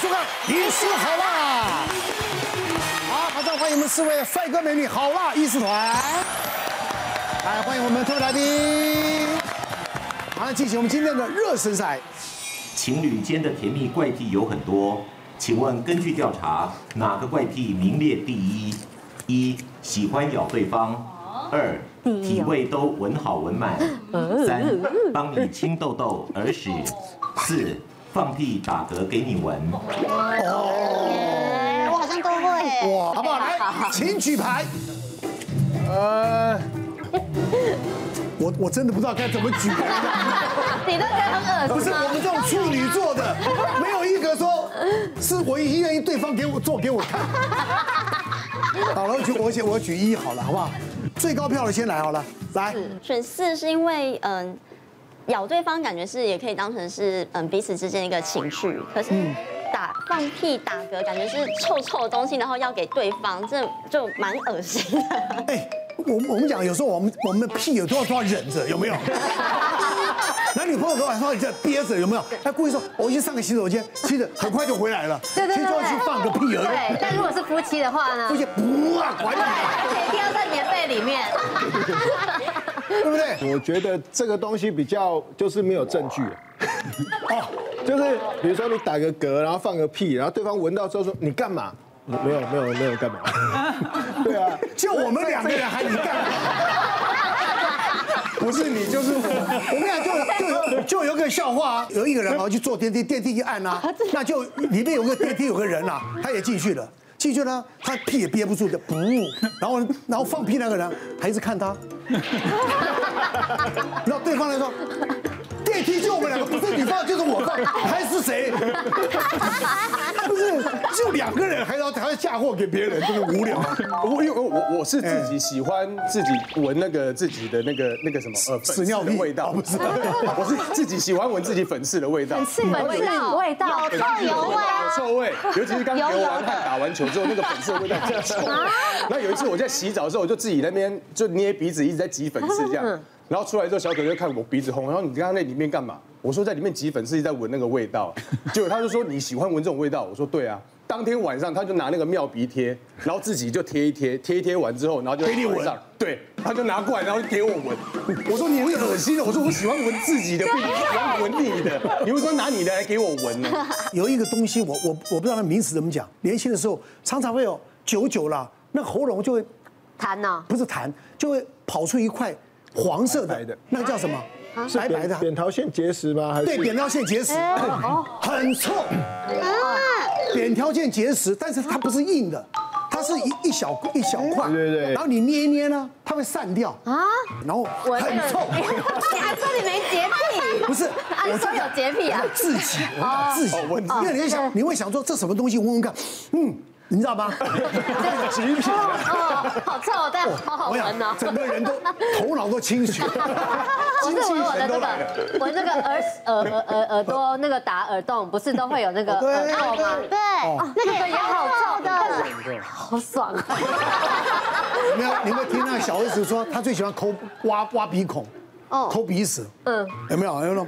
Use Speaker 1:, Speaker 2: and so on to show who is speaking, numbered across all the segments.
Speaker 1: 收看《医师好辣》。好，马上欢迎我们四位帅哥美女好辣医师团。来，欢迎我们特别来宾。马上进行我们今天的热身赛。
Speaker 2: 情侣间的甜蜜怪癖有很多，请问根据调查，哪个怪癖名列第一？一、喜欢咬对方；二、体味都闻好闻满；三、帮你清痘痘耳屎；四、放屁打嗝给你闻。
Speaker 3: 哎，我哎好像都会。
Speaker 1: 哇，好不好？来，请举牌。呃，我我真的不知道该怎么举牌。
Speaker 3: 你都觉得很
Speaker 1: 不是我们这种处女座 的，没有一个说是我一愿意对方给我做给我 看。好了，我举我举我举一好了，好不好？最高票的先来好了，来，
Speaker 4: 选四是因为嗯。咬对方感觉是也可以当成是嗯彼此之间一个情绪，可是打放屁打嗝感觉是臭臭的东西，然后要给对方，这就蛮恶心的。
Speaker 1: 哎，我们我们讲有时候我们我们的屁有多少都要忍着， 有没有？男女朋友都晚上你在憋着，有没有？他故意说我去上个洗手间，其实很快就回来了，
Speaker 3: 对对
Speaker 1: 其
Speaker 3: 对
Speaker 1: 实就要去放个屁而已，
Speaker 3: 对，但如果是夫妻的话呢
Speaker 1: 而？且不啊管你，
Speaker 3: 对，一定要在棉被里面。
Speaker 1: 对不对？
Speaker 5: 我觉得这个东西比较就是没有证据。 哦，就是比如说你打个嗝，然后放个屁，然后对方闻到之后说你干嘛？没有没有没有干嘛？ 对啊，
Speaker 1: 就我们两个人还你干嘛？不是你就是我，我们俩就就有就有个笑话、啊，有一个人啊去坐电梯，电梯一按啊，那就里面有个电梯有个人啊，他也进去了，进去呢，他屁也憋不住的，不，然后然后放屁那个人还是看他，然后对方来说。电梯就我们两个，不是你放就是我放，还是谁？不是，就两个人还要还要嫁祸给别人，真的无聊。啊
Speaker 5: 我因为我我是自己喜欢自己闻那个自己的那个那个什么呃
Speaker 1: 屎尿屁
Speaker 5: 的味道，不是，我是自己喜欢闻自己粉刺的味道。
Speaker 3: 是味道，味道有臭有味
Speaker 5: 有臭味，尤其是刚流
Speaker 3: 油油
Speaker 5: 完汗、
Speaker 3: 的
Speaker 5: 打完球之后，那个粉刺的味道真的臭。 那有一次我在洗澡的时候，我就自己那边就捏鼻子，一直在挤粉刺这样。然后出来之后，小可就看我鼻子红，然后你刚刚在里面干嘛？我说在里面挤粉刺，一直在闻那个味道。结果他就说你喜欢闻这种味道，我说对啊。当天晚上他就拿那个妙鼻贴，然后自己就贴一贴，贴一贴完之后，然后就给
Speaker 1: 你闻，
Speaker 5: 对，他就拿过来，然后就给我闻。我说你会恶心的，我说我喜欢闻自己的，不喜欢闻你的，你为什么拿你的来给我闻呢？
Speaker 1: 有一个东西我，我我不知道那名词怎么讲。年轻的时候常常会有久久啦，那喉咙就会
Speaker 3: 痰呢？
Speaker 1: 不是痰，就会跑出一块黄色的，
Speaker 5: 白白的
Speaker 1: 那个叫什么？白白的，
Speaker 6: 扁桃腺结石吗？还是
Speaker 1: 对，扁桃腺结石，很臭，
Speaker 3: 哦啊
Speaker 1: 扁桃腺结石，但是它不是硬的，它是一一小一小块，
Speaker 6: 对对对
Speaker 1: 然后你捏一捏呢，它会散掉啊，然后很臭，
Speaker 3: 你还说你没洁 癖？
Speaker 1: 不是，
Speaker 3: 啊，你
Speaker 1: 我
Speaker 3: 说
Speaker 1: 在
Speaker 3: 有
Speaker 1: 讲
Speaker 3: 洁癖啊？哦
Speaker 1: 自己，我打自己，因为你会想，你会想说这什么东西，闻闻看，嗯，你知道 吗？
Speaker 6: 极品
Speaker 3: 哦，好臭，但好好
Speaker 1: 我
Speaker 3: 闻哦
Speaker 1: 想。整个人都头脑都清 醒。
Speaker 3: 我是闻我的那个，闻那个耳耳耳耳耳朵那个打耳洞，不是都会有那个
Speaker 1: 哦对
Speaker 3: 耳垢吗？
Speaker 7: 对，
Speaker 3: 那个也好臭
Speaker 7: 的
Speaker 3: 的，好爽啊！
Speaker 1: 你们你们听那个小 S 说，她最喜欢抠挖挖鼻孔，
Speaker 3: 哦
Speaker 1: 抠鼻屎。
Speaker 3: 嗯，
Speaker 1: 有没有？有 没有？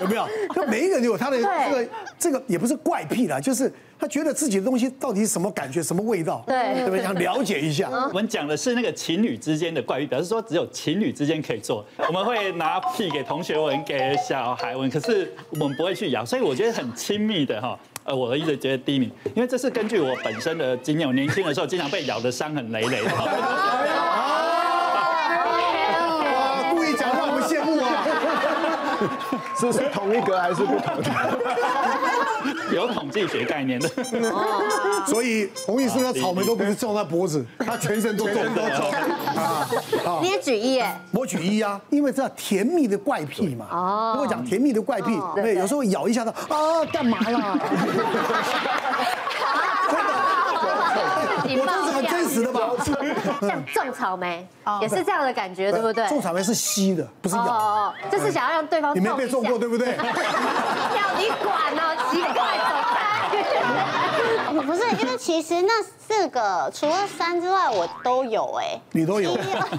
Speaker 1: 有没有？就每一个人有他的这个这个也不是怪癖啦，就是他觉得自己的东西到底是什么感觉、什么味道，
Speaker 3: 对嗯
Speaker 1: 对不对？想了解一下。
Speaker 8: 我们讲的是那个情侣之间的怪癖，表示说只有情侣之间可以做。 我们会拿屁给同学闻，给小孩闻，可是我们不会去咬，所以我觉得很亲密的哈。呃，我一直觉得第一名，因为这是根据我本身的经验，我年轻的时候经常被咬的伤痕累累的。
Speaker 1: 哇，故意讲让我们羡慕啊！
Speaker 6: 是是同一个还是不同的？
Speaker 8: 有统计学概念的，
Speaker 1: 所以洪医师的草莓都不是种在脖子，他全身都中，都中。
Speaker 3: 你也举一耶，
Speaker 1: 我举一啊，因为这甜蜜的怪癖嘛。哦
Speaker 3: 哦。
Speaker 1: 如果讲甜蜜的怪癖，对不对，有时候咬一下它，啊，干嘛啦？
Speaker 3: 自己
Speaker 1: 我这是
Speaker 3: 爆
Speaker 1: 很真实的吧？
Speaker 3: 像种草莓
Speaker 7: 哦
Speaker 3: 也是这样的感觉， 对不对？
Speaker 1: 种草莓是吸的，不是
Speaker 3: 哦
Speaker 1: 咬。
Speaker 3: 哦，哦啊就是想要让对方
Speaker 1: 你没被种过对不对？
Speaker 3: 要你管哦，奇怪，走开。
Speaker 7: 不是，因为其实那四个除了三之外，我都有哎，
Speaker 1: 你都有，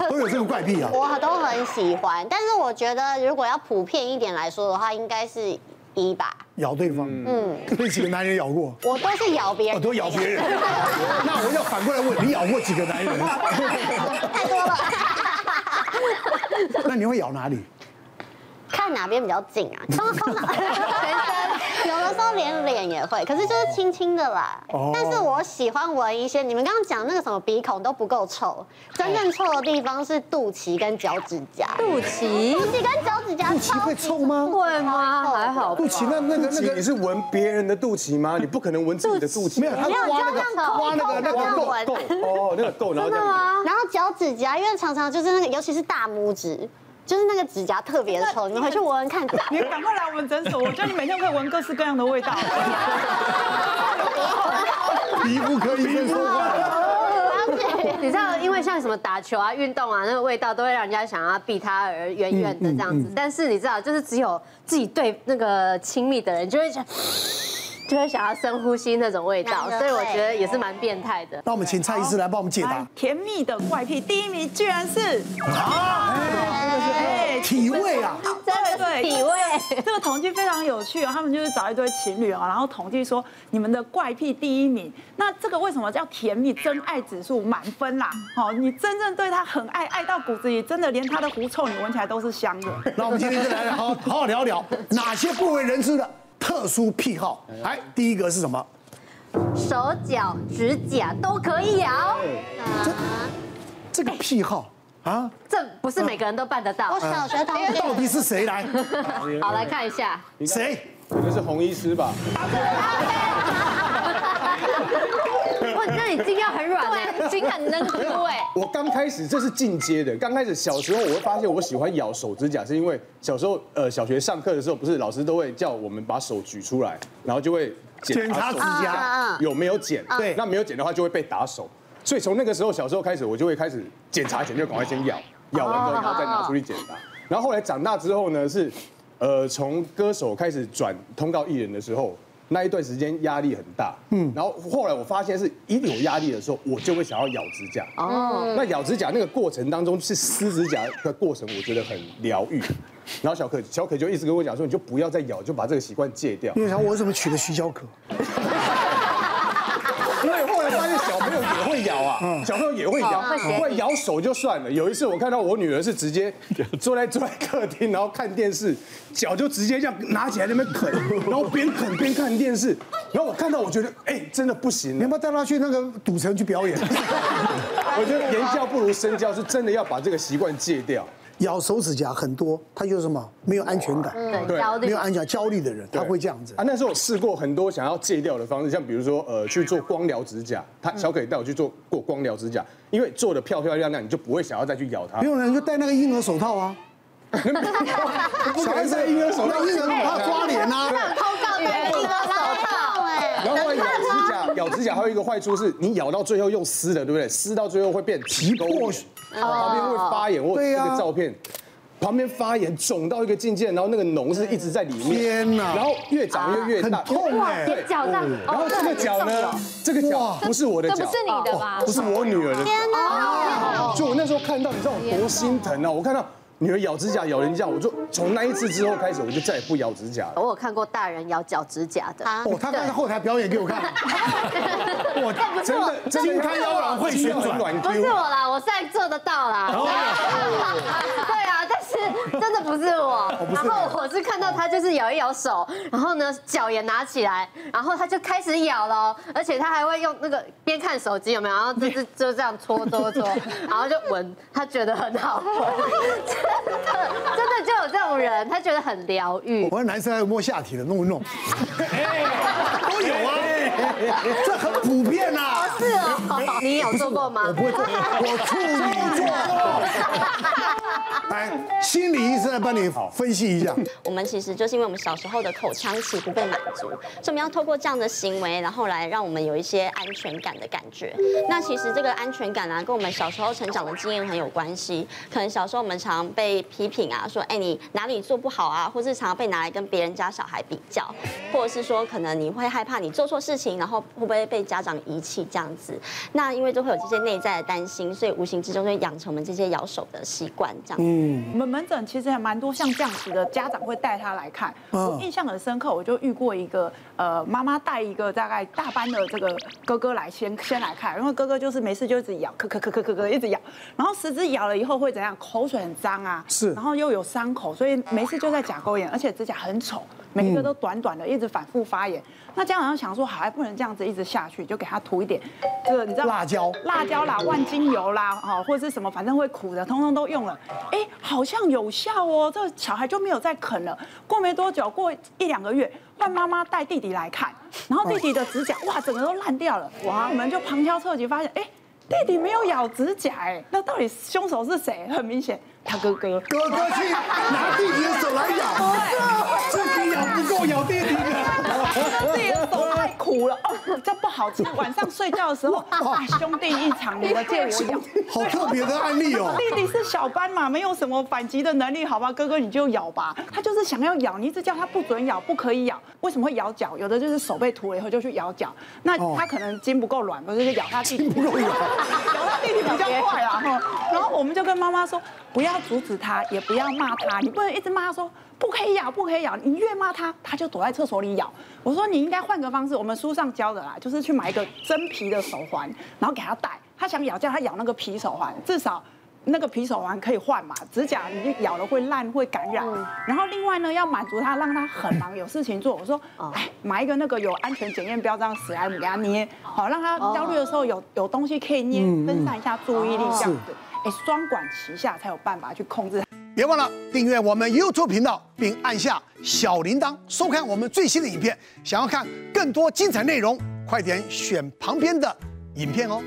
Speaker 1: 都有这个怪癖啊。
Speaker 7: 我都很喜欢。但是我觉得，如果要普遍一点来说的话，应该是一吧，
Speaker 1: 咬对方，嗯，被几个男人咬过？
Speaker 7: 我都是咬别
Speaker 1: 我
Speaker 7: 人，
Speaker 1: 哦都咬别人。那我要反过来问，你咬过几个男人？
Speaker 7: 太多了。
Speaker 1: 那你会咬哪里？
Speaker 7: 看哪边比较近 啊，通通常全身，有的时候连脸也会，可是就是轻轻的啦。
Speaker 1: 哦
Speaker 7: 但是我喜欢闻一些，你们刚刚讲那个什么鼻孔都不够臭，真正臭的地方是肚脐跟脚趾甲。
Speaker 3: 肚脐
Speaker 7: 肚脐跟脚趾甲
Speaker 1: 肚脐会臭吗
Speaker 3: 会
Speaker 7: 哦
Speaker 3: 吗？还好吧
Speaker 1: 肚脐那那个那
Speaker 5: 那个
Speaker 1: 个
Speaker 5: 你是闻别人的肚脐吗？你不可能闻自己的肚脐。
Speaker 1: 没有，他
Speaker 7: 没有
Speaker 1: 挖那
Speaker 7: 你要这样
Speaker 1: 个
Speaker 7: 搞
Speaker 1: 挖那个那
Speaker 7: 你
Speaker 1: 个
Speaker 7: 要这样，
Speaker 1: 洞
Speaker 7: 闻
Speaker 5: 够哦，那个够，然后这样。
Speaker 7: 啊然后脚趾甲，因为常常就是那个，尤其是大拇指，就是那个指甲特别臭，你们回去闻闻看。
Speaker 9: 你赶快来我们诊所，我觉得你每天可以闻各式各样的味道。
Speaker 1: 皮肤科医生说话。
Speaker 3: 你知道，因为像什么打球啊、运动啊，那个味道都会让人家想要避它而远远的这样
Speaker 1: 嗯
Speaker 3: 子。但是你知道，就是只有自己对那个亲密的人，就会想， 就会想要深呼吸那种味道。
Speaker 7: 难得
Speaker 3: 所以我
Speaker 7: 会
Speaker 3: 觉得也是蛮变态的。
Speaker 1: 那我们请蔡医师来帮我们解答
Speaker 9: 来。甜蜜的怪癖第一名居然是哎
Speaker 1: 体味啊，
Speaker 9: 对对，
Speaker 3: 体味，
Speaker 9: 这个统计非常有趣哦，他们就是找一对情侣啊，然后统计说你们的怪癖第一名。那这个为什么叫甜蜜？真爱指数满分啦！哦，你真正对他很爱，爱到骨子里，真的连他的狐臭你闻起来都是香的。
Speaker 1: 那我们今天就来好好好聊聊哪些不为人知的特殊癖好。来，第一个是什么？
Speaker 3: 手脚、指甲都可以咬，
Speaker 5: 哎
Speaker 1: 这个癖好啊，
Speaker 3: 这不是每个人都办得到
Speaker 5: 哦
Speaker 7: 我。小学同
Speaker 1: 到
Speaker 7: 学，
Speaker 1: 底是谁来？
Speaker 3: 好，来看一 下，
Speaker 1: 谁？
Speaker 5: 可能是红医师吧？
Speaker 3: 哇，那你筋要很软哎，筋很嫩粗哎。
Speaker 5: 我刚开始这是进阶的，刚开始小时候我会发现我喜欢咬手指甲，是因为小时候呃小学上课的时候，不是老师都会叫我们把手举出来，然后就会
Speaker 1: 检查
Speaker 5: 手
Speaker 1: 指
Speaker 5: 指
Speaker 1: 甲。
Speaker 7: 嗯
Speaker 5: 有没有剪，
Speaker 1: 对
Speaker 5: 那没有剪的话就会被打手。所以从那个时候小时候开始，我就会开始检查前就赶快先
Speaker 7: 哦
Speaker 5: 咬，咬完之后然后再拿出去检查。然后后来长大之后呢，是呃从歌手开始转通告艺人的时候。那一段时间压力很大，嗯，然后后来我发现是一有压力的时候，我就会想要咬指甲。哦，那咬指甲那个过程当中是撕指甲的过程，我觉得很疗愈。然后小可小可就一直跟我讲说，你就不要再咬，就把这个习惯戒掉。
Speaker 1: 你有想我为什么娶了徐娇可？
Speaker 5: 因为后来发现小朋友也会咬啊，
Speaker 1: 嗯
Speaker 5: 小朋友也会咬，会咬手就算了。有一次我看到我女儿是 直接坐在坐在客厅，然后看电视，脚就直接这样拿起来在那 边啃，然后边啃边看电视。然后我看到我觉得，哎，真的不行
Speaker 1: 你要
Speaker 5: 了。
Speaker 1: 不要带她去那个赌城去表演？
Speaker 5: 我觉哎得言教不如身教，是真的要把这个习惯戒掉。
Speaker 1: 咬手指甲很多，他就是什么没有安全感，
Speaker 3: 对，焦
Speaker 1: 没
Speaker 3: 虑
Speaker 1: 有。安全感焦虑的人，他
Speaker 5: 对
Speaker 1: 会这样子
Speaker 5: 啊。。那时候我试过很多想要戒掉的方式，像比如说呃去做光疗指甲，他
Speaker 1: 嗯
Speaker 5: 小可也带我去做过光疗指甲，因为做的漂漂亮亮，你就不会想要再去咬它
Speaker 1: 没。有人就戴那个婴儿手套啊，
Speaker 5: 小孩子的婴儿手套
Speaker 1: 那婴儿手套抓脸啊。
Speaker 7: 告戴婴儿手套哎，
Speaker 5: 然后后来咬指甲，咬指甲还有一个坏处是，你咬到最后用撕的，对不对？撕到最后会变皮
Speaker 1: 破
Speaker 5: 旁边会发炎。我
Speaker 1: 对
Speaker 5: 有
Speaker 1: 啊
Speaker 5: 这个照片，旁边发炎肿到一个境界，然后那个脓是一直在里面。
Speaker 1: 天哪
Speaker 5: 然后越长越越大，
Speaker 1: 很痛哎
Speaker 5: 对
Speaker 3: 脚上，
Speaker 5: 嗯然后
Speaker 3: 哦
Speaker 5: 这个脚呢，这个脚
Speaker 1: 哇
Speaker 5: 不是我的
Speaker 10: 这
Speaker 5: 脚，
Speaker 10: 不是你的吧？
Speaker 5: 不是我女儿的脚。就我那时候看到，你知道我多心疼啊！我看到女儿咬指甲咬人家，我就从那一次之后开始，我就再也不咬指甲了。
Speaker 3: 哦我有看过大人咬脚指甲的。
Speaker 1: 哦，他刚才后台表演给我看，
Speaker 3: 我不是
Speaker 5: 真
Speaker 3: 我
Speaker 5: 的，，真的
Speaker 1: 开腰软会旋转
Speaker 5: 软 Q
Speaker 3: 不是我啦，我现在做得到啦。 对啊，但是真的哦不是我。然后我是看到他就是咬一咬手，然后呢脚也拿起来，然后他就开始咬了哦，而且他还会用那个边看手机有没有，然后就是就这样搓搓 搓，然后就闻，他觉得很好闻， 真的真的就有这种人，他觉得很疗愈。
Speaker 1: 我说男生还有摸下体的，弄一弄，都有啊，这很普遍呐。
Speaker 3: 是哎哦，你有做过吗？
Speaker 1: 我不会做，我处女座。来，心理医生来帮你分析一下，
Speaker 4: 我们其实就是因为我们小时候的口腔期不被满足，所以我们要透过这样的行为，然后来让我们有一些安全感的感觉。那其实这个安全感啊，跟我们小时候成长的经验很有关系。可能小时候我们常被批评啊，说哎你哪里做不好啊，或是常被拿来跟别人家小孩比较，或者是说可能你会害怕你做错事情。亲，然后会不会被家长遗弃这样子？那因为就会有这些内在的担心，所以无形之中就会养成我们这些咬手的习惯这样。
Speaker 9: 我们门诊其实还蛮多像这样子的，家长会带他来看。我印象很深刻，我就遇过一个呃妈妈带一个大概大班的这个哥哥来先先来看，因为哥哥就是没事就一直咬，咳咳咳咳咳咳一直咬，然后食指咬了以后会怎样？口水很脏啊，
Speaker 1: 是
Speaker 9: 然后又有伤口，所以没事就在甲沟炎，而且指甲很丑，每一个都短短的，一直反复发炎。那家长就想说，好，还不能这样子一直下去，就给他涂一点这个你知道吗
Speaker 1: 辣椒
Speaker 9: 辣椒啦、万金油啦，哦，或者是什么，反正会苦的，通通都用了。哎，好像有效哦，这小孩就没有再啃了。过没多久，过一两个月，换妈妈带弟弟来看，然后弟弟的指甲哇，整个都烂掉了。哇，我们就旁敲侧击发现，哎。弟弟没有咬指甲，哎，那到底凶手是谁？很明显，他哥 哥。
Speaker 1: 哥哥去拿弟弟的手来咬，
Speaker 3: 哦
Speaker 1: 自己咬不够，咬弟弟的。
Speaker 9: 自己的手太苦了， 哦，这不好吃。晚上睡觉的时候，哇，兄弟一场，你的借我咬。
Speaker 1: 好特别的案例哦。
Speaker 9: 弟弟是小班嘛，没有什么反击的能力，好吧，哥哥你就咬吧。他就是想要咬，你一直叫他不准咬，不可以咬。为什么会咬脚？有的就是手被涂了以后就去咬脚，那他可能筋不够软，不是就咬他弟弟。
Speaker 1: 不容易啊
Speaker 9: 咬他弟弟比较快啦。哈然后我们就跟妈妈说，不要阻止他，也不要骂他，你不能一直骂他说不可以咬，不可以咬。你越骂他，他就躲在厕所里咬。我说你应该换个方式，我们书上教的啦，就是去买一个真皮的手环，然后给他戴。他想咬，叫他咬那个皮手环，至少。那个皮手环可以换嘛，指甲你就咬了会烂会感染，然后另外呢要满足他，让他很忙有事情做。我说，哎，买一个那个有安全检验标章的史莱姆给他捏，好让他焦虑的时候有有东西可以捏，分散一下注意力这样子。哎，双管齐下才有办法去控制
Speaker 1: 别忘了订阅我们 YouTube 频道，并按下小铃铛，收看我们最新的影片。想要看更多精彩内容，快点选旁边的影片哦。